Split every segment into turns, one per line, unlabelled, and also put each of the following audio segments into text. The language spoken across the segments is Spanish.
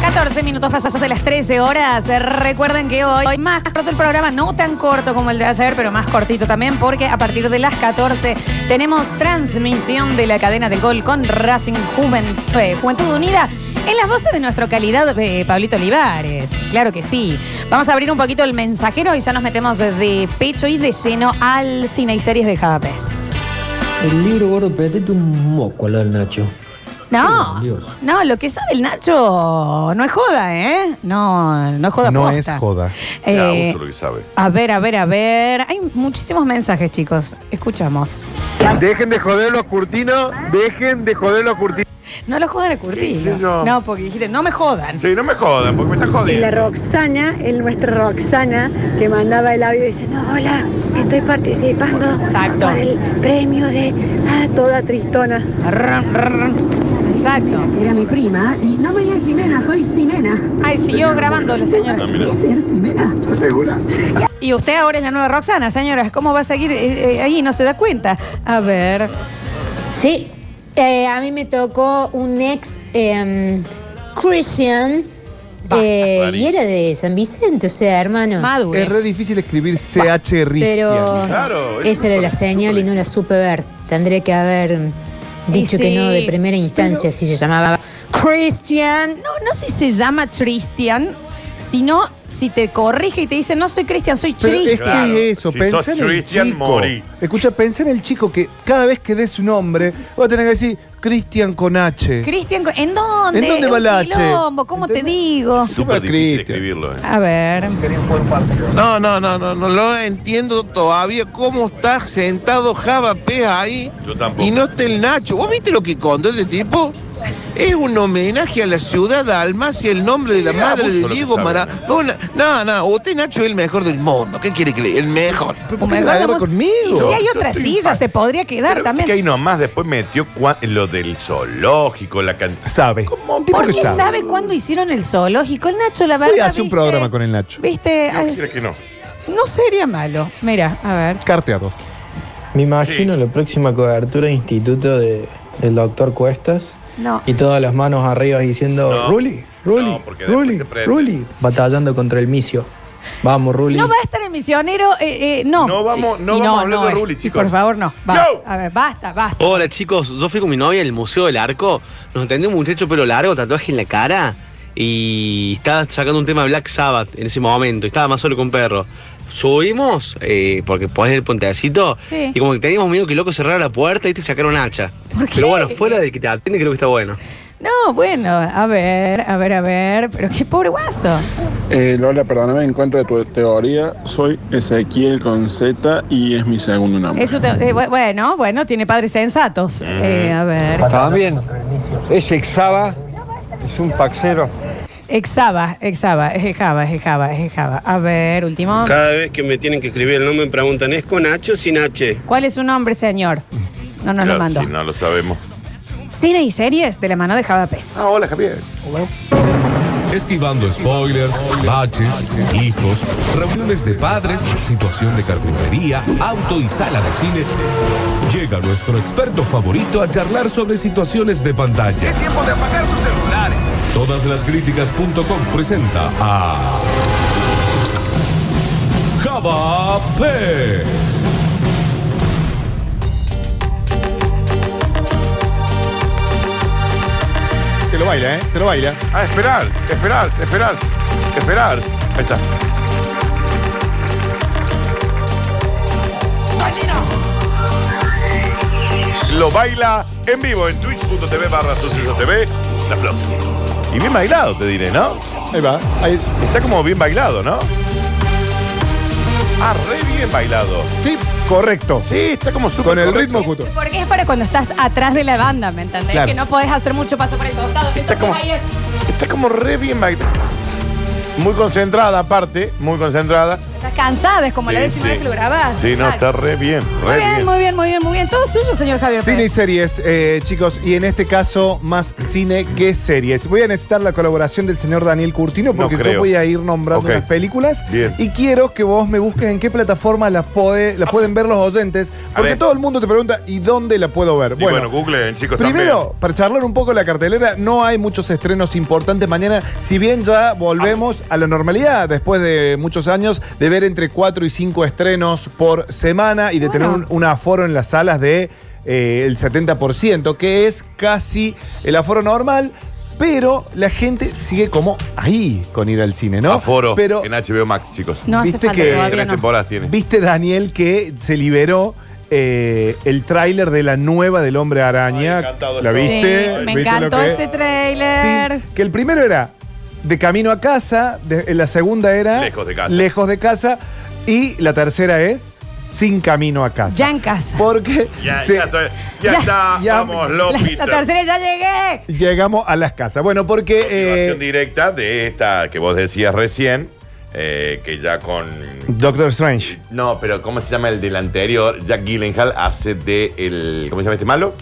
14 minutos pasados de las 13 horas. Recuerden que hoy más corto el programa, no tan corto como el de ayer, pero más cortito también, porque a partir de las 14 tenemos transmisión de la cadena de gol con Racing Juven- eh, Juventud Unida. En las voces de nuestra calidad, eh, Pablito Olivares. Claro que sí. Vamos a abrir un poquito el mensajero y ya nos metemos de pecho y de lleno al cine y series de Javapés.
El libro gordo, pétate un moco al lado del Nacho.
No,
Dios.
no, lo que sabe el Nacho no es joda, ¿eh? No, no es joda.
No
posta.
es joda.
Eh,
Ya, vos lo que sabe.
a ver, a ver, a ver. Hay muchísimos mensajes, chicos. Escuchamos.
Dejen de joderlo a Curtino, dejen de joderlo a Curtino.
No lo jodan a
hice
Curtino.
yo?
No, porque dijiste, no me jodan.
Sí, no me jodan, porque me están
Y la
jodiendo.
Roxana, el nuestra Roxana, que mandaba el audio diciendo, hola, estoy participando
Exacto.
por el premio de ah, toda tristona.
Rrrn, rrrn. Exacto.
Era mi prima y no me digan Jimena, soy Simena.
Ay, siguió grabando la señora.
Ah, mira.
Ser Simena.
Y usted ahora es la nueva Roxana, señora. ¿Cómo va a seguir eh, eh, ahí? No se da cuenta. A ver.
Sí, eh, a mí me tocó un ex em, Christian
Bah,
eh, y
rarísimo.
era de San Vicente, o sea, hermano.
Maduro.
Es re difícil escribir CH Ristian.
Pero
Claro,
esa era la
es-
señal y no la supe ver. Tendré que haber dicho
Y
que no
sí,
de primera instancia si se llamaba Christian.
No, no si se llama Christian, sino si te corrige y te dice, no soy Christian, soy
Pero es
Christian.
Claro.
que es eso,
Si
pensá
sos
en el
Christian,
chico.
morí.
Escucha, pensá en el chico que cada vez que dé su nombre, va a tener que decir Cristian con H.
Cristian, ¿en dónde?
¿En dónde
Un
va la H?
quilombo, ¿Cómo te
¿Entendés?
digo?
Súper difícil
Cristian.
escribirlo. eh.
A ver.
No, no, no, no, no lo entiendo todavía cómo está sentado Java P ahí
Yo tampoco.
y no está el Nacho. ¿Vos viste lo que contó este tipo? Es un homenaje a la ciudad de Almas y el nombre de la
Sí,
madre
abuso lo
de
que
Diego
sabe.
Maradona. No, no, usted Nacho es el mejor del mundo. ¿Qué quiere que le El mejor.
Pero
Un
¿por qué se
mejor
la agarra
voz- Y
conmigo?
si hay
Yo
otra
estoy
silla,
impactado.
se podría quedar
Pero
también.
Que ahí nomás después metió cua- lo del zoológico, la cantidad.
Sabe. Un tipo
¿Por
que
qué sabe, cuándo hicieron el zoológico? El Nacho, la verdad.
Voy a hacer un
¿viste?
programa con el Nacho.
¿Viste? Ah, es-
¿Quieres que no?
No sería malo. Mira, a ver.
Carteado.
Me imagino la próxima cobertura de instituto de, del doctor Cuestas
No.
y todas las manos arriba diciendo
No.
Ruli, Ruli,
No, porque después
Ruli,
se prende.
Ruli, batallando contra el misio. Vamos, Ruli.
No va a estar el misionero, eh, eh, no.
No vamos- no
Y
vamos a hablar de
eh,
Ruli,
y
chicos.
Por favor, no. Va.
No.
A ver, basta, basta.
Hola chicos, yo fui con mi novia al Museo del Arco, nos atendió un muchacho pelo largo, tatuaje en la cara y estaba sacando un tema de Black Sabbath en ese momento, y estaba más solo con perro. Subimos, eh, porque podés el puentecito,
Sí.
y como que teníamos miedo que el loco cerrara la puerta y te sacaron hacha.
¿Por qué?
Pero bueno, fuera de que te atiende creo que está bueno.
No, bueno, a ver, a ver, a ver. Pero qué pobre guaso.
Eh, Lola, perdóname en cuanto a tu teoría. Soy Ezequiel con Z y es mi segundo nombre.
Eso te- eh, bu- bueno, bueno, tiene padres sensatos. Eh, a ver.
Mm.
También es exaba, es un paxero.
Exaba, exaba, es ejaba, es ejaba, es ejaba. A ver, último.
Cada vez que me tienen que escribir el nombre me preguntan, ¿es con H o sin H?
¿Cuál es su nombre, señor? No nos lo
Claro,
mandó.
si no lo sabemos.
Cine y series de la mano de Java Pez.
Ah, hola, Javier.
Esquivando spoilers, baches, hijos, reuniones de padres, situación de carpintería, auto y sala de cine. Llega nuestro experto favorito a charlar sobre situaciones de pantalla. Es tiempo de apagar sus celulares. Todaslascríticas.com presenta a Java Pez.
Te lo baila, ¿eh? Te lo baila.
Ah, esperar, esperar, esperar, esperar. Ahí está. Lo baila en vivo en twitch.tv barra Sucio TV, la flop. Y bien bailado, te diré, ¿no?
Ahí va. Ahí.
Está como bien bailado, ¿no? Ah, re bien bailado.
Sí, correcto.
Sí, está como súper
Con el
correcto.
ritmo justo.
Porque es para cuando estás atrás de la banda, ¿me entendés?
Claro.
Que no podés hacer mucho paso por el costado.
Está
Entonces
como,
ahí es.
está como re bien bailado. Muy concentrada aparte, muy concentrada.
Está cansada, es como la
Sí,
décima
sí.
vez que lo grabás.
Sí, no,
Exacto.
está re bien,
Muy
re
bien,
bien.
muy bien, muy bien, muy bien. Todo suyo, señor Javier.
Cine y
Pérez.
series, eh, chicos, y en este caso más cine que series. Voy a necesitar la colaboración del señor Daniel Curtino porque yo
creo.
voy a ir nombrando
Ok.
las películas
Bien.
y quiero que vos me busques en qué plataforma las, pode- las pueden ver los oyentes, porque
ver.
todo el mundo te pregunta ¿y dónde la puedo ver?
Y bueno, Google, eh, chicos,
Primero,
también.
para charlar un poco de la cartelera, no hay muchos estrenos importantes mañana, si bien ya volvemos a la normalidad después de muchos años de ver entre 4 y 5 estrenos por semana y de tener
Bueno.
un, un aforo en las salas de eh, el 70%, que es casi el aforo normal. Pero la gente sigue como ahí con ir al cine, ¿no?
Aforo
Pero
en HBO Max, chicos. Eh,
No hace
Viste
falta
que-
todavía
Tres
no.
temporadas tiene.
viste, Daniel, que se liberó eh, el tráiler de la nueva del Hombre Araña.
Ay, encantado
¿La
estoy.
Sí,
viste?
me
¿Viste
encantó
lo que-
ese trailer.
Sí, que el primero era de camino a casa, de- la segunda era
Lejos de casa.
lejos de casa, y la tercera es sin camino a casa.
Ya en casa.
Porque
Ya,
se-
ya, estoy- ya
Ya.
está,
Ya.
vamos,
La,
Lopita.
la tercera ya llegué.
llegamos a las casas. Bueno, porque
Continuación
eh,
directa de esta que vos decías recién, eh, que ya con...
Doctor Strange,
No, pero ¿cómo se llama el del anterior? Jack Gyllenhaal hace de el... ¿Cómo se llama este malo?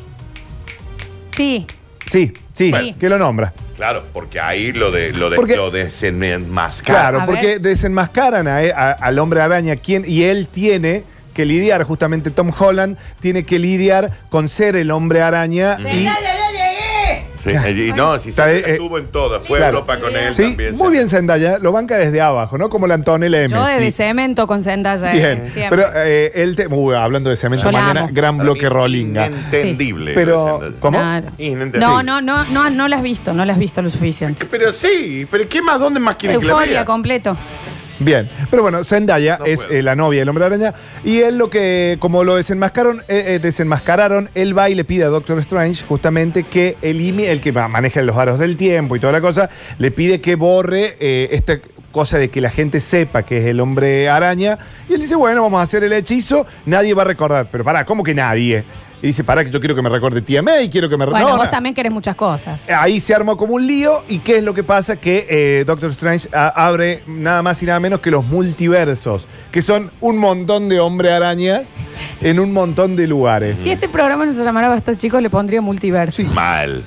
Sí.
sí, sí,
Bueno.
que lo nombra.
Claro, porque ahí lo de lo de
Porque-
lo desenmascara.
Claro,
A
porque
ver.
desenmascaran a- e, a- al hombre araña quien, y él tiene que lidiar, justamente Tom Holland tiene que lidiar con ser el hombre araña y
Ya, ya, ya llegué.
Sí, y- y no, si
Está,
se
eh,
estuvo en todas, fue
claro.
Europa con él
Sí,
también.
muy bien Zendaya, lo banca desde abajo, ¿no? Como la Antonella M.
Yo de
sí.
cemento con Zendaya. eh,
Bien,
siempre.
pero eh, él te... Uy, hablando de cemento
Yo la
mañana,
amo.
gran
Para mí
bloque
es
rolinga.
Inentendible.
Pero,
lo de Zendaya.
¿cómo?
Claro.
Inentendible.
No, no, no, no, no la has visto, no la has visto lo suficiente.
Pero sí, pero ¿qué más? ¿Dónde más quieren que la
Euforia
vea?
completo.
Bien, pero bueno, Zendaya
No
es
puedo.
eh, la novia del hombre araña y él lo que, como lo desenmascaron, eh, eh, desenmascararon, él va y le pide a Doctor Strange justamente que elimine, el que ma- maneja los aros del tiempo y toda la cosa, le pide que borre eh, esta cosa de que la gente sepa que es el hombre araña y él dice, bueno, vamos a hacer el hechizo, nadie va a recordar, pero pará, ¿cómo que nadie? Y dice, pará, que yo quiero que me recuerde tía May, quiero que me
Bueno,
no,
vos
no.
también querés muchas cosas.
Ahí se armó como un lío y qué es lo que pasa que eh, Doctor Strange a- abre nada más y nada menos que los multiversos, que son un montón de hombre arañas en un montón de lugares.
Si este programa no se llamara Basta Chicos, le pondría multiverso.
Mal.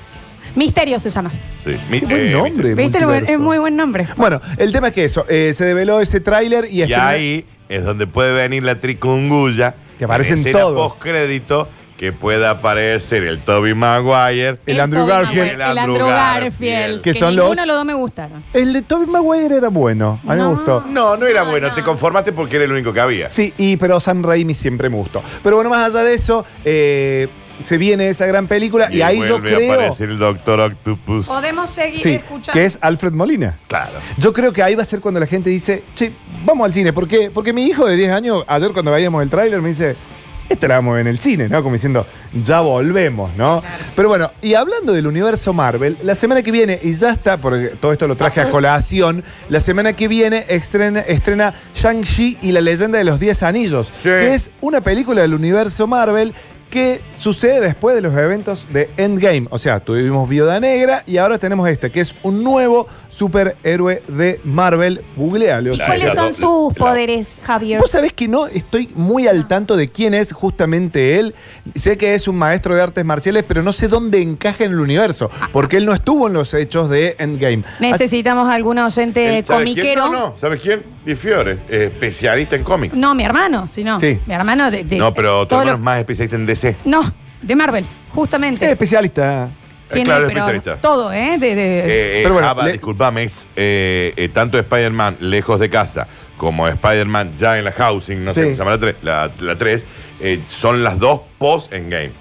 Misterio se llama.
Sí. Mi-
Qué buen
eh,
nombre.
¿Viste? Lo-
multiverso.
Es muy buen nombre.
Bueno, el tema es que eso, eh, se develó ese tráiler y, este
Y
estrena-
ahí es donde puede venir la tricungulla.
Que aparecen
en escena
todos.
postcrédito que pueda aparecer el Toby Maguire.
El Andrew
Tobey
Garfield.
Maguire, El Andrew Garfield.
Que
Que,
son
ninguno
los-
de los dos me gustaron.
El de Tobey Maguire era bueno, a mí
No.
me gustó.
No, no era
No,
bueno,
no.
te conformaste porque era el único que había.
Sí, y, pero Sam Raimi siempre me gustó. Pero bueno, más allá de eso, eh, se viene esa gran película y, ahí yo
vuelve a
creo...
aparecer el Doctor Octopus.
Podemos seguir
Sí,
escuchando.
que es Alfred Molina.
Claro.
Yo creo que ahí va a ser cuando la gente dice, che, vamos al cine. ¿Por qué? Porque mi hijo de 10 años, ayer cuando veíamos el tráiler, me dice, esta la vamos a ver en el cine, ¿no? Como diciendo, ya volvemos, ¿no? Pero bueno, y hablando del universo Marvel, la semana que viene, y ya está, porque todo esto lo traje a colación, la semana que viene estrena, estrena Shang-Chi y la leyenda de los 10 anillos,
Sí.
que es una película del universo Marvel que sucede después de los eventos de Endgame. O sea, tuvimos Viuda Negra y ahora tenemos este, que es un nuevo superhéroe de Marvel. Googlealo.
¿Y cuáles son sus poderes, Javier?
Vos sabés que no estoy muy al tanto de quién es justamente él. Sé que es un maestro de artes marciales, pero no sé dónde encaja en el universo, porque él no estuvo en los hechos de Endgame. Así-
Necesitamos algún oyente
¿Él sabe
comiquero.
quién? No, no, ¿sabes quién? Di Fiore, eh, especialista en cómics.
No, mi hermano, si no.
Sí.
Mi hermano de. de-
No, pero tu
todo lo-
hermano es más especialista en DC. Eh,
No, de Marvel,
Es
justamente.
especialista.
Tiene,
Eh, claro, es
pero
especialista.
Todo, ¿eh? De, de-
Eh,
Pero bueno,
Java,
le-
disculpame, es, eh, eh, tanto Spider-Man lejos de casa como Spider-Man ya en la housing, no sé
Sí.
cómo se llama la tres- la 3, son las dos post-endgame.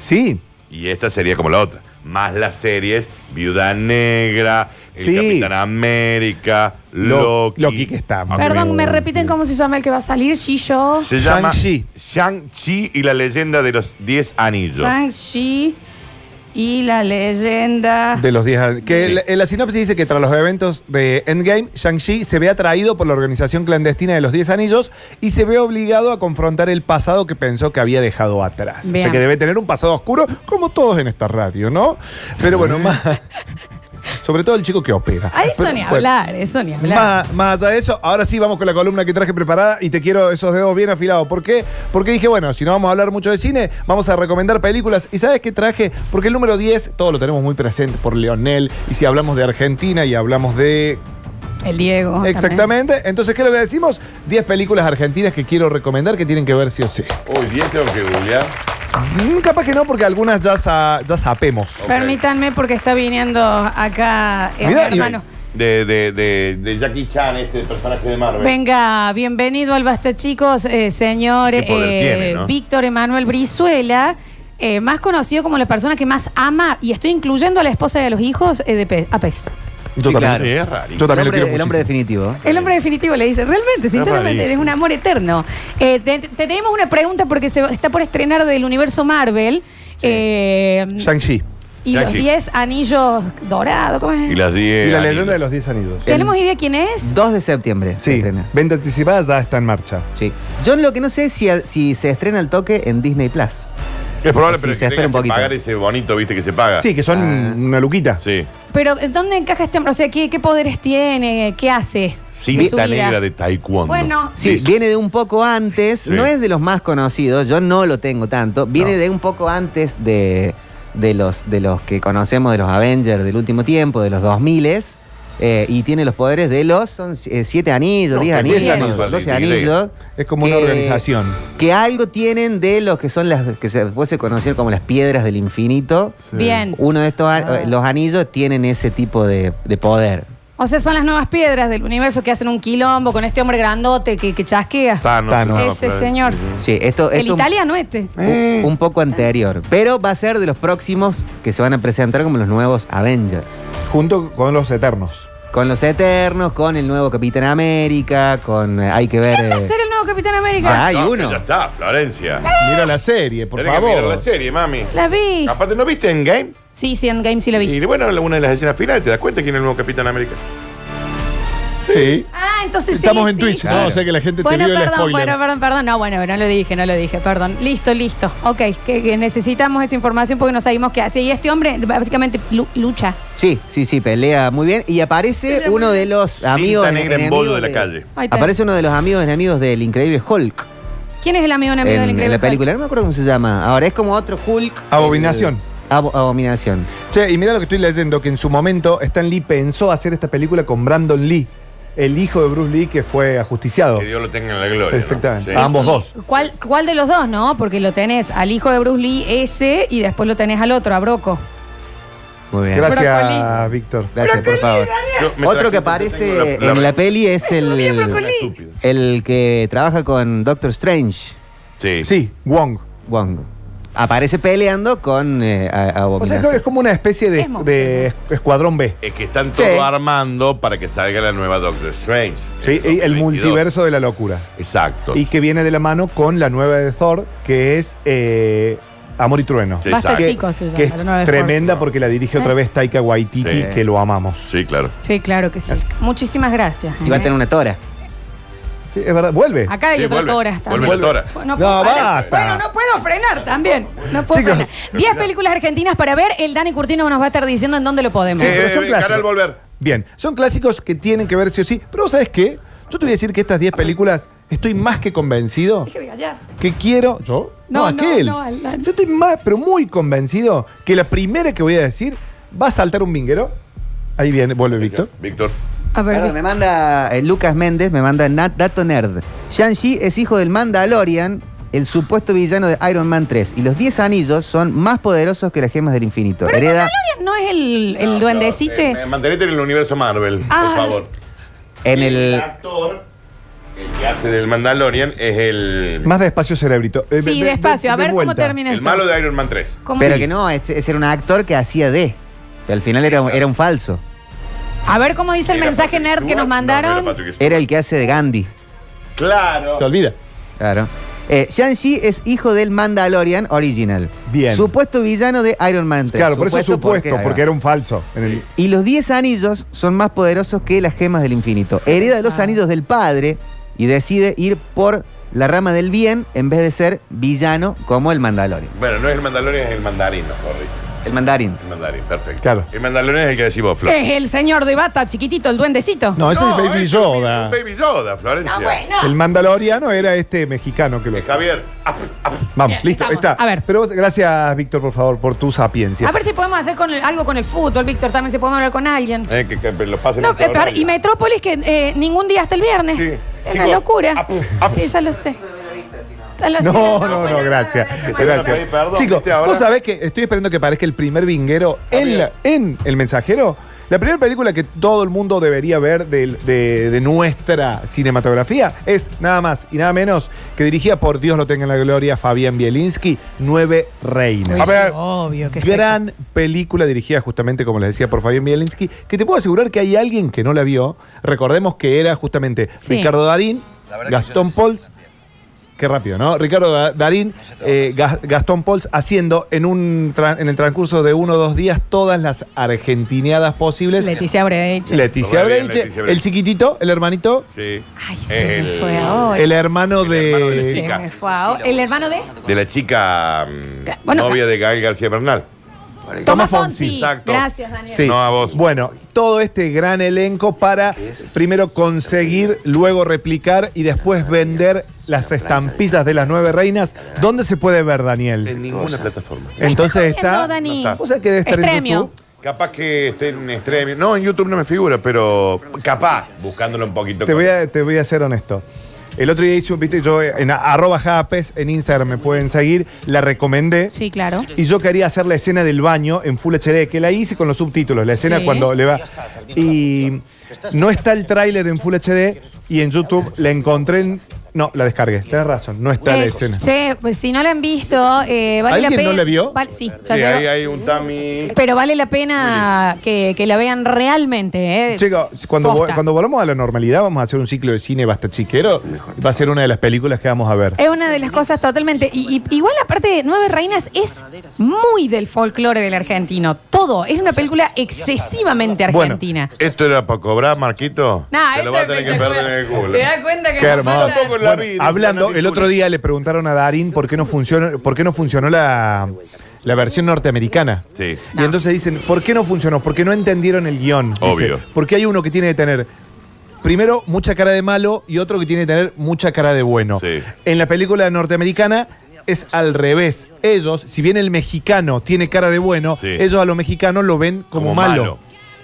Sí.
Y esta sería como la otra. Más las series Viuda Negra, el
Sí.
Capitán América,
Lo-
Loki.
Loki que está.
Ah,
Perdón,
bien.
¿me repiten cómo se llama el que va a salir? Shisho.
Se llama
Shang-Chi.
Shang-Chi y la leyenda de los 10 anillos.
Shang-Chi y la leyenda.
De los 10 años. Que
Sí.
la, la sinopsis dice que tras los eventos de Endgame, Shang-Chi se ve atraído por la organización clandestina de los 10 anillos y se ve obligado a confrontar el pasado que pensó que había dejado atrás. O
Bien.
sea que debe tener un pasado oscuro, como todos en esta radio, ¿no? Pero bueno, más. Sobre todo el chico que opera.
Ah, eso
Pero,
ni
bueno,
hablar, eso ni hablar.
Más, más allá de eso, ahora sí vamos con la columna que traje preparada y te quiero esos dedos bien afilados. ¿Por qué? Porque dije, bueno, si no vamos a hablar mucho de cine, vamos a recomendar películas. ¿Y sabes qué traje? Porque el número 10, todo lo tenemos muy presente por Leonel. Y si hablamos de Argentina y hablamos de
El Diego.
Exactamente. Entonces, ¿qué es lo que decimos? 10 películas argentinas que quiero recomendar que tienen que ver sí o sí.
Hoy día tengo que googlear.
Mm, capaz que no, porque algunas ya, sa- ya sapemos.
también. Permítanme porque está viniendo acá eh,
Mirá,
mi hermano.
De, de, de, de Jackie Chan, este personaje de Marvel.
Venga, bienvenido al Basta Chicos, eh, señor
Qué poder
eh,
tiene, ¿no?
Víctor Emanuel Brizuela, eh, más conocido como la persona que más ama, y estoy incluyendo a la esposa y a los hijos eh, de Pe- APES.
Yo
Sí,
también. Eh,
claro.
Es rarísimo. Yo también
el
lo
hombre,
quiero
el hombre definitivo.
El hombre definitivo le dice, realmente, sinceramente,
rarísimo.
es un amor eterno. Eh, te- te- tenemos una pregunta porque se está por estrenar del universo Marvel. eh,
Shang-Chi.
y los 10 anillos dorados, ¿cómo es?
Y las 10.
Y la leyenda de los 10 anillos.
¿Tenemos idea quién es?
2 de septiembre.
Sí. Venta anticipada ya está en marcha.
Sí. Yo lo que no sé es si, si se estrena el toque en Disney Plus.
Es probable,
Si
pero que
se
tengas
espera un
que
poquito.
pagar ese bonito, viste, que se paga.
Sí, que son una luquita.
Sí.
Pero eh, ¿dónde encaja este hombre? O sea, ¿qué, qué poderes tiene? ¿Qué hace? en su
Cinta
vida?
negra de taekwondo.
Bueno.
Sí,
Listo.
viene de un poco antes,
Sí.
no es de los más conocidos, yo no lo tengo tanto, viene de un poco antes de, de los, de los que conocemos, de los Avengers del último tiempo, de los 2000 eh, y tiene los poderes de los son, eh, siete anillos,
No,
10
que
anillos,
diez anillos,
12
ni idea.
anillos.
Es como una
que-
organización.
Que algo tienen de los que son las que se- después se conocieron como las piedras del infinito.
Bien.
Uno de estos, a- los anillos tienen ese tipo de, de poder.
O sea, son las nuevas piedras del universo que hacen un quilombo con este hombre grandote que, que chasquea.
Thanos.
Ese señor.
Sí, esto,
El
esto-
italiano este.
un, un poco anterior. Pero va a ser de los próximos que se van a presentar como los nuevos Avengers.
Junto con los Eternos.
Con los Eternos, con el nuevo Capitán América, con. eh, hay que ver.
¿Quién va a
eh,
ser el nuevo Capitán América?
Ah, hay uno.
Ya está, Florencia.
Mira la serie, por
Tenés que
favor.
mirar la serie, mami.
La vi.
Aparte, ¿no viste en Game?
Sí, sí, en Game sí la vi.
Y bueno, una de las escenas finales, ¿te das cuenta quién es el nuevo Capitán América?
Sí.
Ah, entonces sí,
Estamos en
sí,
Twitch,
sí.
¿no? O sea que la gente
Bueno,
te vio el
perdón,
spoiler.
bueno, perdón, perdón. No, bueno, no lo dije, no lo dije, perdón. Listo, listo. Ok, que, que necesitamos esa información porque no sabemos qué hace. Y este hombre básicamente lu- lucha.
Sí, sí, sí, pelea muy bien. Y aparece uno de los amigos.
negra en
enemigos
boldo de la calle.
Ahí está.
Aparece uno de los amigos enemigos del Increíble Hulk.
¿Quién es el amigo, un amigo
en,
del
en
increíble
la película, no me acuerdo cómo se llama. Ahora es como otro Hulk.
Abominación.
El- abo- abominación.
Che, y mira lo que estoy leyendo, que en su momento Stan Lee pensó hacer esta película con Brandon Lee, el hijo de Bruce Lee que fue ajusticiado.
Que Dios lo tenga en la gloria. ¿no?
Exactamente.
Sí.
A ambos dos.
Hulk? ¿Cuál, ¿Cuál de los dos, no? Porque lo tenés al hijo de Bruce Lee, ese, y después lo tenés al otro, a Broco.
Muy bien.
Gracias, Víctor.
Gracias, por favor.
Yo me
Otro
traje-
que aparece
tengo la-
en
la-
la peli es el,
Estúpido.
el que trabaja con Doctor Strange.
Sí.
Sí, Wong.
Wong. Aparece peleando con eh, a-
O sea,
Abominación.
que es como una especie de, de escuadrón B.
Es que están todo
Sí.
armando para que salga la nueva Doctor Strange.
Sí, y
2022.
el multiverso de la locura.
Exacto.
Y que viene de la mano con la nueva de Thor, que es eh, Amor y Trueno.
Sí, Basta,
que,
chicos, se llama,
que es
la nueva ¿Eh? de Thor.
tremenda porque la dirige otra vez Taika Waititi,
Sí.
que lo amamos.
Sí, claro.
Sí, claro que sí. Muchísimas gracias.
Y va a
¿eh?
tener una tora.
Sí, es verdad. Vuelve.
Acá hay
Sí,
otra
vuelve.
tora también.
Vuelve la tora.
Bueno,
No,
puedo parar.
basta.
Bueno, no puedo frenar también. No puedo
Chicos.
frenar. Diez películas argentinas para ver. El Dani Curtino nos va a estar diciendo en dónde lo podemos.
Sí, pero son
eh,
clásicos.
Canal Volver.
Bien, son clásicos que tienen que ver sí o sí. Pero ¿sabes qué? Yo te voy a decir que estas 10 películas estoy más que convencido
Deje de callarse.
que quiero. ¿Yo?
No, no,
aquel.
no, Alan.
Yo estoy más, pero muy convencido que la primera que voy a decir va a saltar un vinguero. Ahí viene, vuelve Víctor.
Víctor.
A ver,
Perdón, me manda eh, Lucas Méndez, me manda Nat Dato Nerd. Shang-Chi es hijo del Mandalorian, el supuesto villano de Iron Man 3. Y los 10 anillos son más poderosos que las gemas del infinito.
Pero
Hereda
Mandalorian no es el, el duendecite.
Eh, mantenete en el universo Marvel,
Ah.
por favor.
en el.
actor, el que hace del Mandalorian, es el.
Más despacio, cerebrito. Eh,
Sí,
ve- ve-
despacio.
ve-
A
de
ver cómo
vuelta.
termina
El
esto.
malo de Iron Man 3.
¿Cómo?
Pero
Sí.
que no, este- ese era un actor que hacía de. Que al final era, un- era un falso.
A ver cómo dice el
Era
mensaje
Patrick
nerd que
Stewart.
nos mandaron.
No, no era Patrick Stewart.
Era el que hace de Gandhi.
Claro.
Se olvida.
Claro. Eh, Shang-Chi es hijo del Mandalorian original.
Bien.
Supuesto villano de Iron Man 3.
Claro, por eso es supuesto, porque,
Iron
era un falso. En el-
Y los 10 anillos son más poderosos que las gemas del infinito. Hereda los anillos del padre y decide ir por la rama del bien en vez de ser villano como el Mandalorian.
Bueno, no es el Mandalorian, es el mandarino, sorry.
El mandarín.
El mandarín, perfecto.
Claro.
El mandarín es el que decís vos, Flor.
Es el señor de bata, chiquitito, el duendecito. Ah,
No, ese es Baby
eso es mi-
Yoda.
un Baby Yoda, Florencia. Eh,
El mandaloriano era este mexicano que lo.
Javier.
Vamos, listo,
estamos.
está. A ver. Pero vos- gracias, Víctor, por favor, por tu sapiencia.
A ver si podemos hacer con el- algo con el fútbol, Víctor, también si podemos hablar con alguien.
Eh, que, que lo pasen
No,
en otro
eh, par-
horario.
y Metrópolis que eh, ningún día hasta el viernes.
Sí.
Es una
Chicos,
locura. sí, ya lo sé. Ya lo sé.
No, no, no, gracias.
Que se
gracias.
pedir perdón,
Chicos,
¿viste ahora?
vos sabés que estoy esperando que parezca el primer vinguero en, la- en El Mensajero. La primera película que todo el mundo debería ver del- de, de nuestra cinematografía es nada más y nada menos que dirigida por Dios lo tenga en la gloria Fabián Bielinski, Nueve Reinas.
Uy, sí, obvio que
Gran película dirigida justamente, como les decía, por Fabián Bielinski, que te puedo asegurar que hay alguien que no la vio. Recordemos que era justamente
Sí.
Ricardo Darín, Gastón Pols. Qué rápido, ¿no? Ricardo Da- Darín, eh, Gas- Gastón Pols, haciendo en, un tra- en el transcurso de uno o dos días todas las argentineadas posibles.
Leticia Bredeche.
Leticia
Lo veo bien,
Breiche,
Leticia Breiche.
el chiquitito, el hermanito,
Sí.
se me
El-
fue ahora.
el hermano
hermano
de...
de
Se
chica.
me fue ahora. El hermano de
De la chica mm,
Ca- bueno, ah.
novia de Gael García Bernal.
Tomás Fonsi.
Exacto.
Gracias, Daniel.
Sí.
No, a vos.
Bueno, todo este gran elenco para primero conseguir, luego replicar y después vender las estampillas de las nueve reinas. ¿Dónde se puede ver,
En
Daniel?
ninguna plataforma.
Entonces
No,
está...
Dani.
no está.
O sea que debe estar en
Estremio.
YouTube.
Capaz que esté en extremo. No, en YouTube no me figura, pero capaz, buscándolo un poquito.
Te
con-
voy, a, te voy a ser honesto. El otro día hice un, viste, yo en a- arroba japes, en Instagram me pueden seguir, la recomendé.
Sí, claro.
Y yo quería hacer la escena del baño en Full HD, que la hice con los subtítulos, la escena
Sí.
cuando le va. Y no está el tráiler en Full HD y en YouTube la encontré en. No, la descargué, tenés razón, no está la
Eh,
escena.
che, pues si no la han visto, eh, vale la
¿Alguien
pena.
no la vio?
Val- sí, ya
Sí,
llegó.
ahí hay un Tami.
Pero vale la pena que, que la vean realmente, ¿eh?
Chicos, cuando, vo-
Posta.
cuando volvamos a la normalidad, vamos a hacer un ciclo de cine basta chiquero. Va a ser una de las películas que vamos a ver.
Es una de las cosas totalmente. Y, y- igual, aparte de Nueve Reinas, es muy del folclore del argentino. Todo. Es una película excesivamente
Bueno,
argentina.
¿Esto era para cobrar, Marquito?
Nah,
Te
esto
lo vas a
es
tener que
espectacular.
perder en el culo.
¿Te das cuenta que
Qué
no
hermoso.
falta?
Tampoco en la
Bueno,
vida,
hablando,
Dani
el otro
Curi.
día le preguntaron a Darín por qué no funcionó, por qué no funcionó la, la versión norteamericana.
Sí.
Y entonces dicen, ¿por qué no funcionó? Porque no entendieron el guión. Dice,
Obvio.
porque hay uno que tiene que tener, primero, mucha cara de malo y otro que tiene que tener mucha cara de bueno.
Sí.
En la película norteamericana es al revés. Ellos, si bien el mexicano tiene cara de bueno,
Sí.
ellos a los mexicanos lo ven como,
Como
malo.
malo.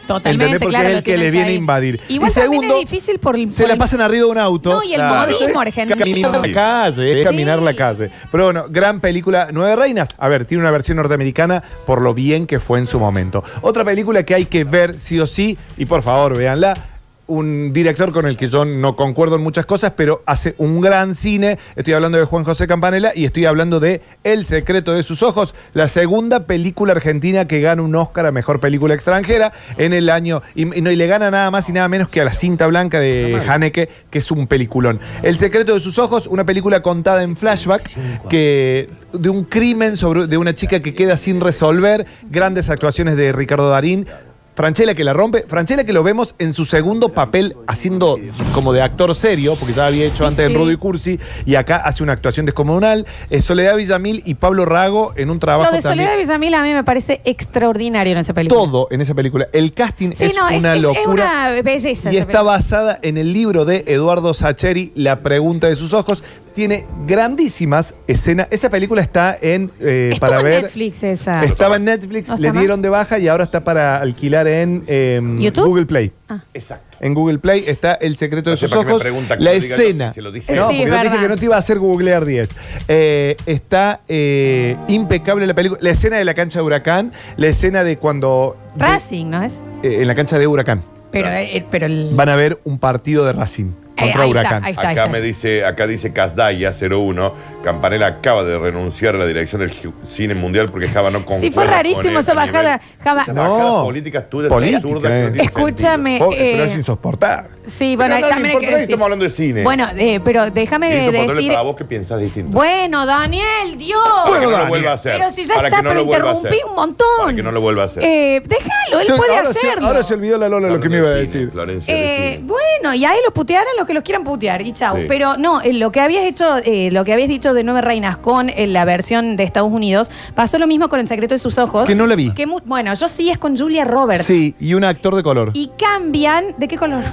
Totalmente,
¿Entendés? Porque
claro.
es
lo
el que
tienen
le
ya
viene
ahí.
a invadir.
Igual
Y
también
segundo,
es difícil por, el-
Se
por
la
el-
pasan arriba de un auto.
No, y el modismo argentino.
Caminar la calle, es
Sí.
caminar la calle. Pero bueno, gran película, Nueve Reinas. A ver, tiene una versión norteamericana por lo bien que fue en su momento. Otra película que hay que ver sí o sí, y por favor, véanla. Un director con el que yo no concuerdo en muchas cosas, pero hace un gran cine. Estoy hablando de Juan José Campanella y estoy hablando de El secreto de sus ojos, la segunda película argentina que gana un Oscar a mejor película extranjera en el año. Y, y no, y le gana nada más y nada menos que a la cinta blanca de Haneke, que es un peliculón. El secreto de sus ojos, una película contada en flashback que de un crimen sobre de una chica que queda sin resolver, grandes actuaciones de Ricardo Darín. Franchella que la rompe, Franchella que lo vemos en su segundo papel haciendo como de actor serio, porque ya había hecho
Sí,
antes en
sí.
Rudy Cursi, y acá hace una actuación descomunal. Eh, Soledad Villamil y Pablo Rago en un trabajo
Lo de
también.
Soledad Villamil a mí me parece extraordinario en esa película.
Todo en esa película. El casting
Sí,
es
no, es,
una
es- es
locura.
una belleza.
Y
esa
está
película.
basada en el libro de Eduardo Sacheri, La pregunta de sus ojos. Tiene grandísimas escenas. Esa película está en eh,
Estuvo
para
en
ver.
Netflix esa.
Estaba en Netflix,
¿No está
le dieron
más?
de baja y ahora está para alquilar en eh,
¿YouTube?
Google Play.
Exacto.
En Google Play está El secreto
No
de
sé
sus
para qué me
ojos.
pregunta que
La
lo diga yo,
escena. Eh,
si se lo dice.
No,
Sí,
porque
es
yo te dije
verdad.
que no te iba a hacer googlear 10. Eh, está eh, impecable la película. La escena de la cancha de Huracán, la escena de cuando. de-
Racing, ¿no es?
eh, en la cancha de Huracán.
Pero, eh, pero el.
Van a ver un partido de Racing
Eh,
contra
ahí
Huracán.
está, ahí está, ahí
Acá
está.
me dice, acá dice Casdaya 01, Campanella acaba de renunciar a la dirección del gi- cine mundial porque Java no concuerda
Sí, fue rarísimo
con
esa
este
bajada.
nivel.
Java.
Esa bajada
No.
política tuya
Política,
absurda que no
eh.
tiene
Escúchame,
sentido.
eh,
Pero es insoportable.
Sí,
Pero
bueno,
no, no
también hay que
importa, hoy
decir.
Estamos hablando de cine.
Bueno, eh, pero
Y es
déjame
insoportable
decir.
para vos que piensás distinto.
Bueno, Daniel, Dios.
para que no
Daniel.
lo vuelva a hacer.
pero si ya
para
está,
que no
pero
lo vuelva a hacer.
interrumpí un montón.
Para que no lo vuelva a hacer.
Eh, déjalo, él
Se-
puede
ahora se-
hacerlo.
ahora se olvidó la Lola lo que me iba a decir.
Florencia, de
Eh,
cine.
bueno, Bueno, y ahí los putearon los que los quieran putear, y chau.
Sí.
Pero no, eh, lo que habías hecho, eh, lo que habías dicho de Nueve Reinas con eh, la versión de Estados Unidos, pasó lo mismo con El Secreto de sus Ojos.
Que no la vi.
Que mu- bueno, yo sí es con Julia Roberts.
Sí, y un actor de color.
Y cambian, ¿de qué color?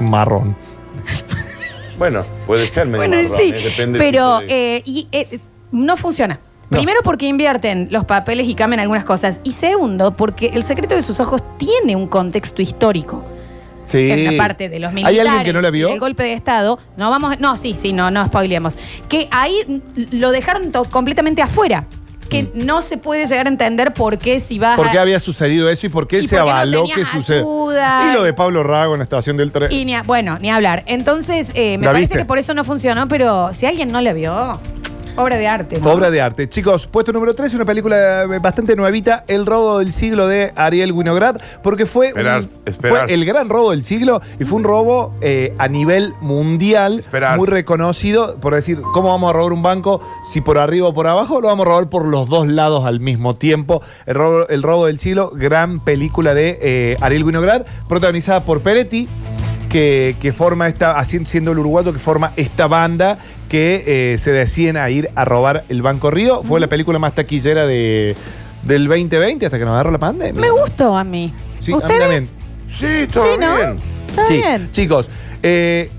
Marrón.
Bueno, puede ser medio
Bueno,
marrón,
sí,
eh, depende del
pero
tipo de-
eh, y, eh, no funciona. Primero porque invierten los papeles y cambian algunas cosas. Y segundo, porque el secreto de sus ojos tiene un contexto histórico.
Sí.
En la parte de los militares.
¿Hay alguien que no la vio?
El golpe de Estado. No vamos. No, sí, sí, no, no spoileemos. Que ahí mm, lo dejaron to- completamente afuera. Que no se puede llegar a entender por qué si vas
Mm. ¿Por qué
a-
había sucedido eso y por qué
¿Y
se
por qué no
avaló
tenías
que sucedió?
ayuda?
Y lo de Pablo Rago en la estación del tren.
y ni a- bueno, ni hablar. Entonces, eh, me
¿La
parece
viste?
que por eso no funcionó, pero si alguien no la vio, obra de arte. ¿no?
Obra de arte. Chicos, puesto número 3, una película eh, bastante nuevita, El robo del siglo de Ariel Winograd, porque fue, un-
Esperar, esperar.
fue el gran robo del siglo y fue un robo eh, a nivel mundial, muy reconocido, por decir, ¿cómo vamos a robar un banco? Si por arriba o por abajo, lo vamos a robar por los dos lados al mismo tiempo. El robo, el robo del siglo, gran película de eh, Ariel Winograd, protagonizada por Peretti, que, que forma esta, así siendo el uruguayo que forma esta banda que eh, se deciden a ir a robar el Banco Río. Fue la película más taquillera de, del 2020 hasta que nos agarró la pandemia.
Me gustó a mí.
Sí, a mí
¿Ustedes?
también.
Sí,
todo Sí, ¿no? bien. Está
Sí,
bien.
Chicos, eh,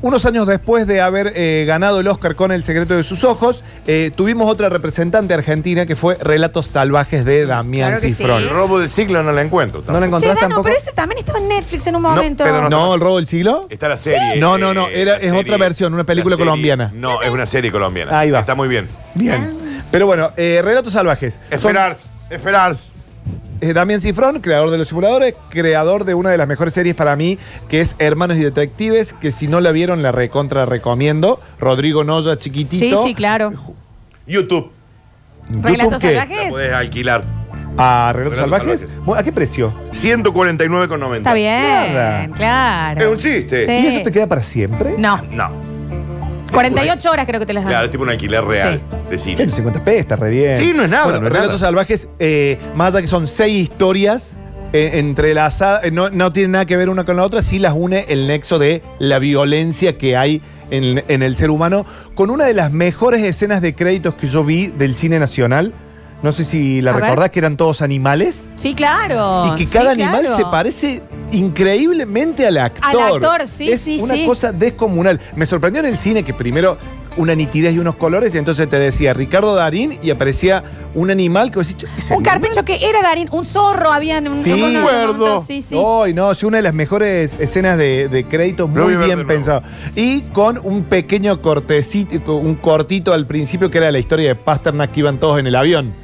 unos años después de haber eh, ganado el Oscar con El secreto de sus ojos, eh, tuvimos otra representante argentina que fue Relatos Salvajes de Damián
Claro que sí.
Cifrón.
El
robo del siglo no la encuentro.
¿No la
Che,
encontrás
Dano,
tampoco?
pero ese también estaba en Netflix en un momento.
no, el robo del siglo.
Está la serie.
No, no, no,
eh,
era-
la
es otra versión, una película
la serie-
colombiana.
No, es una serie colombiana.
Ahí va.
Está muy bien.
Ah.
Bien. Pero bueno, eh, Relatos Salvajes. Son-
Esperar, esperar.
Eh, Damián Cifrón, creador de Los Simuladores, creador de una de las mejores series para mí, que es Hermanos y Detectives, que si no la vieron, la recontra recomiendo. Rodrigo Noya,
Sí,
chiquitito.
sí, claro.
YouTube.
¿Relatos
qué?
La
salvajes?
podés alquilar.
¿A
Relatos
Relatos Salvajes? Bueno, ¿A qué precio?
149,90.
Está bien,
Nada.
claro.
Es un chiste.
Sí.
¿Y eso te queda para siempre?
No,
No,
48 horas creo que te las dan.
claro, es tipo un alquiler real de
Sí,
cine.
el 50 p está re bien.
Sí, no es nada,
Bueno,
no es
Relatos
nada.
Salvajes, eh, más allá que son seis historias eh, entrelazadas, eh, no, no tienen nada que ver una con la otra, sí las une el nexo de la violencia que hay en, en el ser humano, con una de las mejores escenas de créditos que yo vi del cine nacional. No sé si la
A ver.
recordás, que eran todos animales.
Sí, claro.
Y que
Sí,
cada animal
claro.
se parece increíblemente al actor.
Al actor, sí,
es
sí,
una
sí.
cosa descomunal. Me sorprendió en el cine que primero una nitidez y unos colores, y entonces te decía Ricardo Darín y aparecía un animal que vos decís, "Che, ¿ese
Un
animal?".
carpicho que era Darín, un zorro había en un
Sí,
en un- en un-
acuerdo. Oh.
Sí, sí.
Ay, no, es una de las mejores escenas de, de créditos,
Lo voy
muy
a ver de
bien
nuevo.
pensado. Y con un pequeño cortecito, un cortito al principio que era la historia de Pasternak que iban todos en el avión.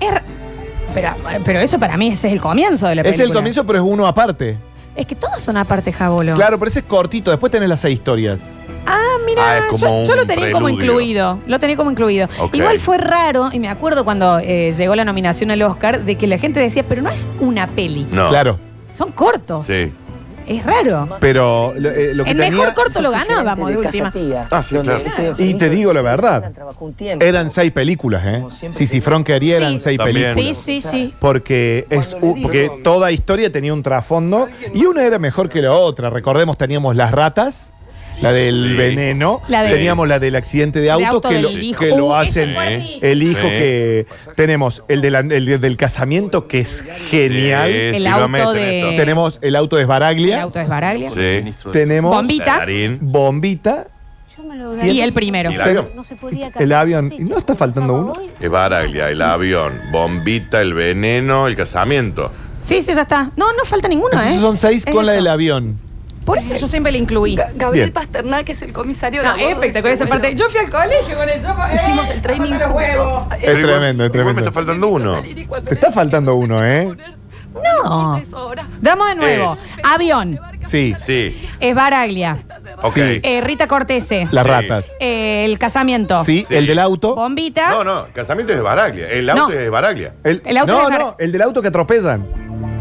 Pero, pero eso para mí ese es el comienzo de la
Es
película.
el comienzo, pero es uno aparte.
Es que todos son aparte jabolo.
Claro, pero ese es cortito. Después tenés las seis historias.
Ah, mira,
Ah, es como
yo, yo
un
lo tenía como
preludio.
incluido. Lo tenía como incluido.
Ok.
Igual fue raro, y me acuerdo cuando eh, llegó la nominación al Oscar, de que la gente decía, pero no es una peli.
Claro.
Son cortos.
Sí.
Es raro.
Pero lo, eh, lo que
el
tenía-
mejor corto lo ganábamos de última.
Ah, sí, claro. Y te digo la verdad. Eran seis películas, ¿eh? Si Cifrón quería eran
Sí.
seis
También.
Sí,
películas.
sí, sí.
Porque, es u- porque toda historia tenía un trasfondo y una era mejor que la otra. Recordemos, teníamos las ratas, la del
Sí.
veneno,
La del-
teníamos la del accidente de auto,
auto
que,
del
lo,
hijo.
que lo
Uh,
hacen
esa es
el hijo
Sí.
que tenemos, el, de la- el del casamiento que es genial.
Sí,
El auto
Silvameten,
de-
esto.
Tenemos el auto de
El
Baraglia,
auto de Baraglia.
Sí.
tenemos
Bombita.
Darín.
bombita,
Y el primero.
Y el avión.
No se podía
el avión. ¿Y no está faltando uno?
Es Baraglia, el avión, bombita, el veneno, el casamiento.
Sí, sí, ya está. No, no falta ninguno, ¿eh?
Entonces son seis
Es
con la
eso.
del avión.
Por eso yo siempre le incluí.
Gabriel Bien.
Pasternak es el comisario
No,
de
es espectacular esa parte. Yo fui al colegio con el eh, chopa.
Hicimos el training juntos.
Es tremendo, es
Igual
tremendo.
me está faltando uno.
Te está faltando uno, ¿eh?
No. Damos de nuevo. Avión.
Sí.
Sí.
Es Baraglia.
Ok.
Eh, Rita Cortese.
Las ratas.
Eh, el casamiento.
Sí, el del auto.
Bombita.
No, no, el casamiento es de Baraglia. El auto
No.
es de Baraglia.
El,
El auto
no,
de Jar-
no, el del auto que atropellan.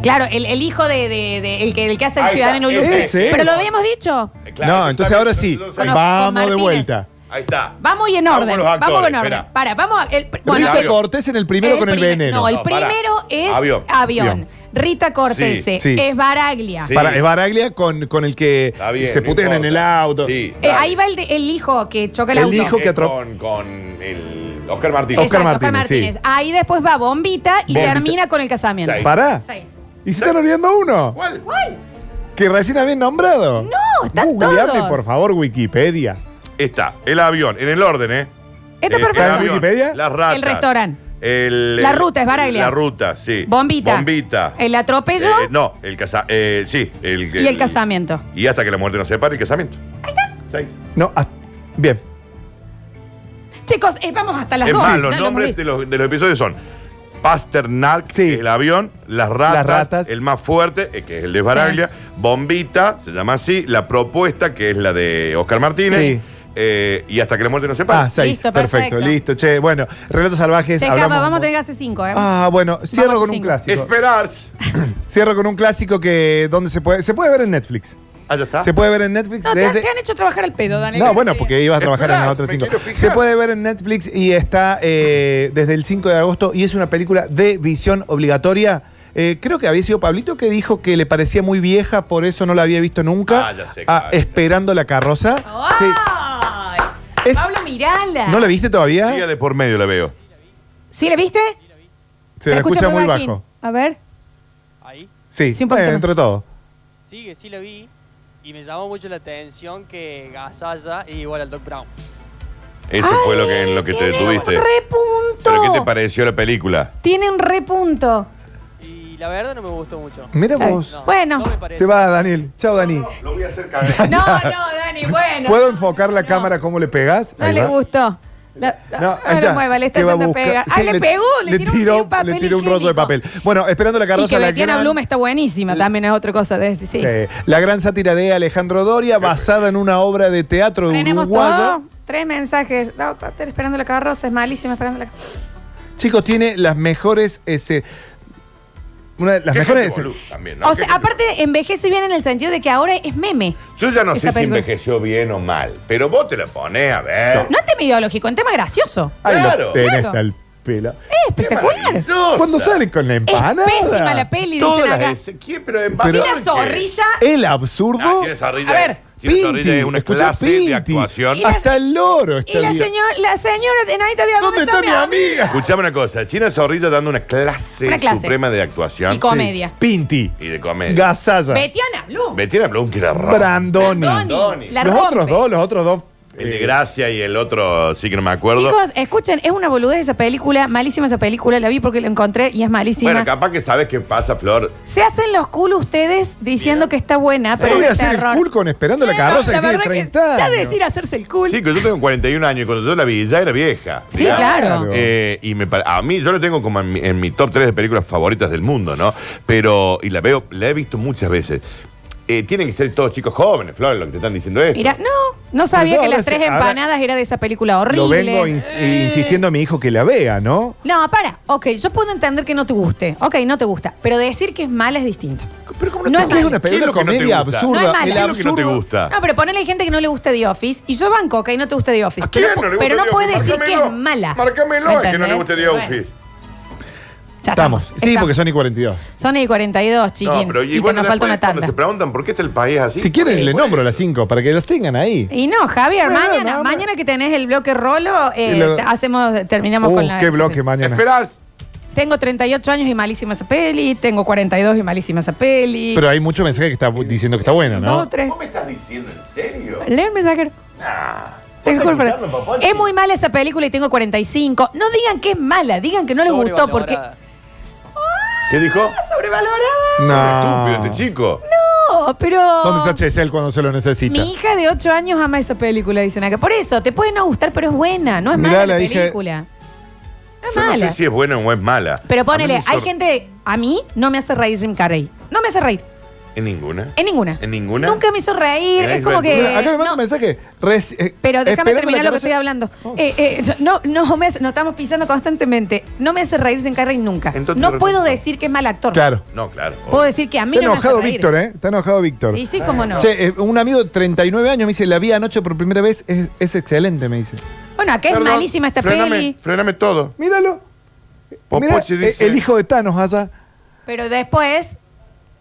Claro, el, el hijo de, de- de- el, que, el que hace el
Ahí está,
ciudadano ilustre.
ese, ese.
Pero lo habíamos dicho.
Eh,
no, entonces ahora sí,
Con los- con
vamos de
Martínez.
vuelta.
Ahí está.
Vamos y en
Vamos
orden.
con
Vamos,
los actores,
con orden.
espera.
Para, vamos. a- El, pr-
Rita
el-
Cortés en el primero con el
primer-
veneno.
Eh, No, el
No, pará.
primero es
Avión.
avión.
Avión.
Rita Cortese,
Sí, sí.
es Baraglia.
Para, es Baraglia con, con el que
bien,
se
no
putean en
importa.
el auto.
Eh, ahí va el, de- el hijo que choca el,
El
auto.
hijo que
Eh,
atro-
Con, con el Oscar Martínez.
Exacto, Oscar Martínez. Ahí después va Bombita y
Bombita.
termina con el casamiento.
Seis. Pará.
Seis.
¿Y se están olvidando uno?
¿Cuál?
Que recién habían nombrado.
No, están
Googleame,
todos.
por favor, Wikipedia.
Está el avión, en el orden, ¿eh?
Está
Eh,
perfecto.
el avión,
Wikipedia?
Las ratas.
El restaurante.
el-
La
el-
ruta es Baraglia.
La ruta, sí.
Bombita.
Bombita.
El atropello
Eh, no, el casa... eh, sí, el,
y el casamiento.
Y hasta que la muerte nos separe, el casamiento.
No, ah, bien.
Chicos, eh, vamos hasta las
es
dos.
más,
Ya
los
lo hemos
nombres
visto.
de los, de los episodios son Pasternak, que es el avión, las ratas, el más fuerte, eh, que es el de Baraglia, Bombita, se llama así, La Propuesta, que es la de Oscar Martínez, eh, y Hasta que la muerte nos separe.
Ah, seis.
Listo,
perfecto.
perfecto.
listo. Che, bueno, relatos salvajes.
Che, Cava,
hablamos-
vamos a tener que hacer cinco, ¿eh?
Ah, bueno, cierro
Vamos
con
a
un
cinco.
clásico.
Esperar.
Cierro con un clásico que donde se puede se puede ver en Netflix.
Ah, ya está.
Se puede ver en Netflix
No, te,
desde
te han hecho trabajar el pedo, Daniel.
No, bueno, porque iba a trabajar en
Esperás,
las otras
me
cinco.
quiero fijar.
Se puede ver en Netflix y está eh, desde el 5 de agosto y es una película de visión obligatoria. Eh, creo que había sido Pablito que dijo que le parecía muy vieja, por eso no la había visto nunca.
Ah, ya sé,
Ah, esperando la carroza.
Oh,
Sí. Es-
Pablo, mirala.
¿No la viste todavía?
Día de por medio la veo.
¿Sí la viste?
Se, la escucha, muy
bajín.
bajo.
A ver.
Sí,
Sí, un poquito
eh,
más.
dentro de todo.
Sí, que sí lo vi. Y me llamó mucho la atención que Gasalla es igual al Doc Brown.
Eso fue lo que, en lo que te detuviste. ¿Pero qué te pareció la película?
Tiene un repunto.
Y la verdad no me gustó mucho.
Mira
Ay,
vos.
bueno.
Se va, Daniel. Chao, Dani.
Lo voy a hacer
No, no, Dani, bueno.
¿Puedo enfocar la cámara cómo le pegas?
No
Ahí
le
va.
gustó. La- no,
No, ahí
no
está.
lo mueva, le está
¿Qué va a
haciendo
buscar?
pegar.
Sí,
Ay, le, pegó, le, tiró, un, papel
le tiró un rollo de
higiénico.
papel. Bueno, esperando la
Y que
carroza la
Betiana
gran,
Bloom está buenísima también, es otra cosa. De, sí.
Sí, la gran sátira de Alejandro Doria basada en una obra de teatro
Tenemos
uruguaya.
todo. Tres mensajes. No, está está esperando la carroza, es malísima esperando la carroza.
Chicos, tiene las mejores ese una de las
Qué
mejores
gente
ese-
boluda también, ¿no?
O sea, aparte envejece bien en el sentido de que ahora es meme.
Yo ya no sé
esa
si
película.
envejeció bien o mal, pero vos te la pones a ver.
No en tema ideológico, en tema gracioso.
Ahí
Claro.
lo tenés
Claro.
al pelo.
Es espectacular.
Cuando salen con la empanada.
pésima la peli,
Todas
dicen
las
acá.
ese- ¿Quién? Pero en
Pero-
China Zorrilla.
El absurdo.
Ah, China Zorrilla.
A ver.
China Zorrilla
Pinti,
es una
escuchá,
clase
Pinti.
de actuación.
Y la-
Hasta el loro
Y
está
la,
bien.
señor, la señora enanita de
Este ¿Dónde está mi amiga?
Escuchame una cosa, China Zorrilla dando una clase,
Una clase.
suprema de actuación.
Y comedia.
Pinti.
Y de comedia.
Gasalla.
Betiana Blum.
Bettina Blum, que la rompe.
Brandoni.
Brandoni. La
Los
rompe.
otros dos, los otros dos.
El de Gracia y el otro, sí que no me acuerdo.
Chicos, escuchen, es una boludez esa película, malísima esa película, la vi porque la encontré y es malísima.
bueno, capaz que sabes qué pasa, Flor.
Se hacen los cool ustedes diciendo que está buena, pero
Pero voy a
es
hacer el
terror. Eh,
cool con esperando la carroza que
la
tiene
verdad que
30
ya
años.
decir hacerse el cool.
Chicos, yo tengo 41 años y cuando yo la vi ya era vieja.
Sí, claro.
Eh, y me, pare- a mí yo la tengo como en mi, en mi top 3 de películas favoritas del mundo, ¿no? Pero, y la veo, la he visto muchas veces. Eh, tienen que ser todos chicos jóvenes, Flor, lo que te están diciendo es.
Mira, no, no sabía
yo
que
ahora
las
sí,
tres
ahora-
empanadas era de esa película horrible.
Lo vengo ins- eh, insistiendo a mi hijo que la vea, ¿no?
No, para. Ok, yo puedo entender que no te guste. Ok, no te gusta. Pero decir que es mala es distinto.
no es,
mala.
¿Qué
una
es
película
lo que no te
comedia
gusta?
absurda.
No es mala. ¿Qué
el
es
lo que no
absurdo.
te gusta?
No, pero ponele gente que no le gusta The Office. Y yo banco, ok, no te gusta The Office.
quién
Pero,
no le gusta
pero no
The
puedes
Office?
decir que es
Marcámelo.
mala.
Marcámelo
¿Me
al que no le
entendés?
guste The
Bueno,
Office.
ya
Estamos. Sí,
Estamos.
porque son y 42.
Son y 42, chiquines.
No, pero
y, que
bueno,
nos falta
después
una
cuando
tanda.
se preguntan por qué está el país así.
Si quieren,
Sí,
le
bueno.
nombro las 5 para que los tengan ahí.
Y no, Javier,
Bueno,
mañana,
no,
mañana que tenés el bloque rolo, eh,
Y lo-
te- hacemos, terminamos
Uh,
con la.
qué
esa
bloque
peli.
mañana.
Esperás.
Tengo 38 años y malísima esa peli, tengo 42 y malísima esa peli.
Pero hay mucho mensaje que está bu- diciendo que está buena,
Dos,
¿no?
tres.
¿Vos me estás diciendo en serio?
Lee el mensajero. Te juro, pero- Es muy mala esa película y tengo 45. No digan que es mala, digan que no les gustó porque.
¿Qué dijo?
¡Sobrevalorada!
Estúpido
No.
este chico.
No, pero.
¿Dónde está Chesel cuando se lo necesita?
Mi hija de 8 años ama esa película, dicen acá. Por eso, te puede no gustar, pero es buena. No es
Mirá
mala
la
la
hija-
película. No es
Yo no
mala.
sé si es buena o es mala.
Pero
A
ponele,
mí me
hay
sor-
gente. A mí no me hace reír Jim Carrey. No me hace reír.
En ninguna.
En ninguna.
En ninguna.
Nunca me hizo reír.
Mira,
Es como
Isabel,
que.
mira,
Acá me manda
Eh, no,
un mensaje. Res- eh,
pero déjame
esperando
terminar
la Oh.
lo que estoy
carroza.
hablando. Eh, eh, yo- no, no, me hace- nos estamos pisando constantemente. No me hace reír Jim Carrey nunca.
Entonces,
no
te
puedo
recomiendo.
decir que es mal actor.
Claro.
No, claro.
Puedo decir que a mí
Está
no me hace
enojado
reír.
Víctor, ¿eh? Está enojado Víctor.
Sí, sí, cómo no.
Che, eh, un amigo de 39 años me dice, la vi anoche por primera vez, es, es excelente, me dice.
Bueno, acá es
Perdón,
malísima esta
frename,
peli.
Frename todo.
Míralo. Mira,
Popochi
eh,
dice.
el hijo de Thanos allá.
Pero después,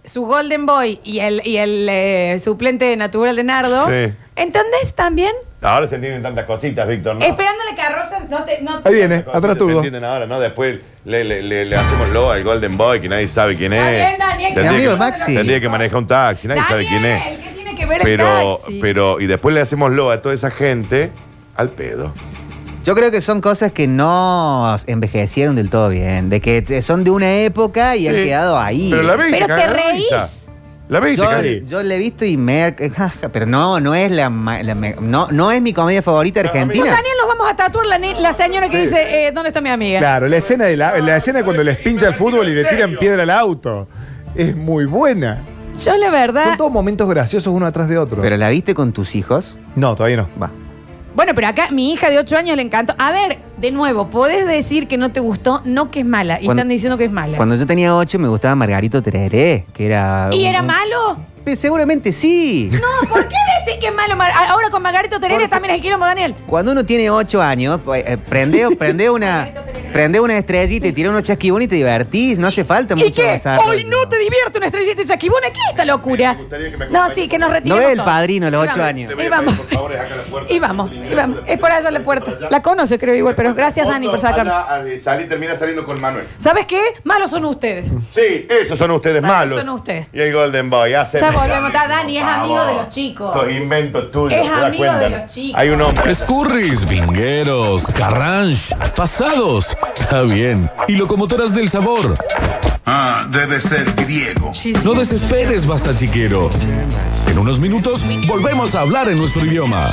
su Golden Boy y el, y el eh, suplente natural de Nardo.
Sí.
¿Entendés también?
Ahora se entienden tantas cositas, Víctor, ¿no?
Esperando la carroza, no te. No
Ahí viene, atrás
Se
tuvo.
entienden ahora, ¿no? Después le, le- le- le hacemos lo al Golden Boy, que nadie sabe quién es.
Está bien, Daniel, que
tendría,
amigo
que,
de Maxi.
tendría que manejar un taxi, nadie sabe quién es.
Daniel, ¿qué tiene que ver el
Pero,
taxi?
pero, y después le hacemos lo a toda esa gente al pedo.
Yo creo que son cosas que no envejecieron del todo bien, de que te- son de una época y han
Sí.
quedado ahí.
Pero la ves,
Pero
te
te
cagas de
reís.
risa. La viste,
yo,
Cari.
yo la he visto y me... jaja, Pero no, no es la, ma- la me- no, no es mi comedia favorita
Con
argentina.
Daniel los vamos a tatuar la, ni- la señora que
Sí.
dice, eh, ¿dónde está mi amiga?
Claro, la escena, de la, la escena cuando les pincha el fútbol y le tiran piedra al auto. Es muy buena.
Yo la verdad.
Son todos momentos graciosos uno atrás de otro.
¿Pero la viste con tus hijos?
No, todavía no.
Va.
Bueno, pero acá mi hija de 8 años le encantó. A ver, de nuevo, podés decir que no te gustó, no que es mala. Y
Cuando-
están diciendo que es mala.
Cuando yo tenía ocho me gustaba Margarito Tereré, que era...
¿Y
un-
era
un-
malo?
Pe- Seguramente sí.
No, ¿por qué decir que es malo? Mar- Ahora con Margarito Terere también es el quilombo, Daniel.
Cuando uno tiene ocho años, pues, eh, prende, prende una... Prende una estrellita y tira unos chasquibones y te divertís. No hace falta mucho
¿Y qué?
desarrollo.
Hoy no te divierte una estrellita de chasquibuna. ¿Qué es esta locura? No, sí, que nos
No
retiremos
ve el
todos.
padrino a los
Y
ocho
vamos,
años.
Y vamos. Y vamos, y vamos. Es por allá la puerta. La conoce, creo igual, pero gracias, Dani, por sacarme.
Anda, eh, salí, termina saliendo con Manuel.
¿Sabes qué? Malos son ustedes.
Sí, esos son ustedes
Malos
malos.
son ustedes.
Y el Golden Boy, hace.
Ya volvemos. Está Dani es amigo de los chicos.
Estos inventos tuyos,
Es
¿te das
amigo
cuenta?
de los chicos.
Hay un hombre.
Escurris, vingueros, carranche, pasados. Está bien. Y locomotoras del sabor. Ah, debe ser griego. No desesperes, basta chiquero. En unos minutos volvemos a hablar en nuestro idioma.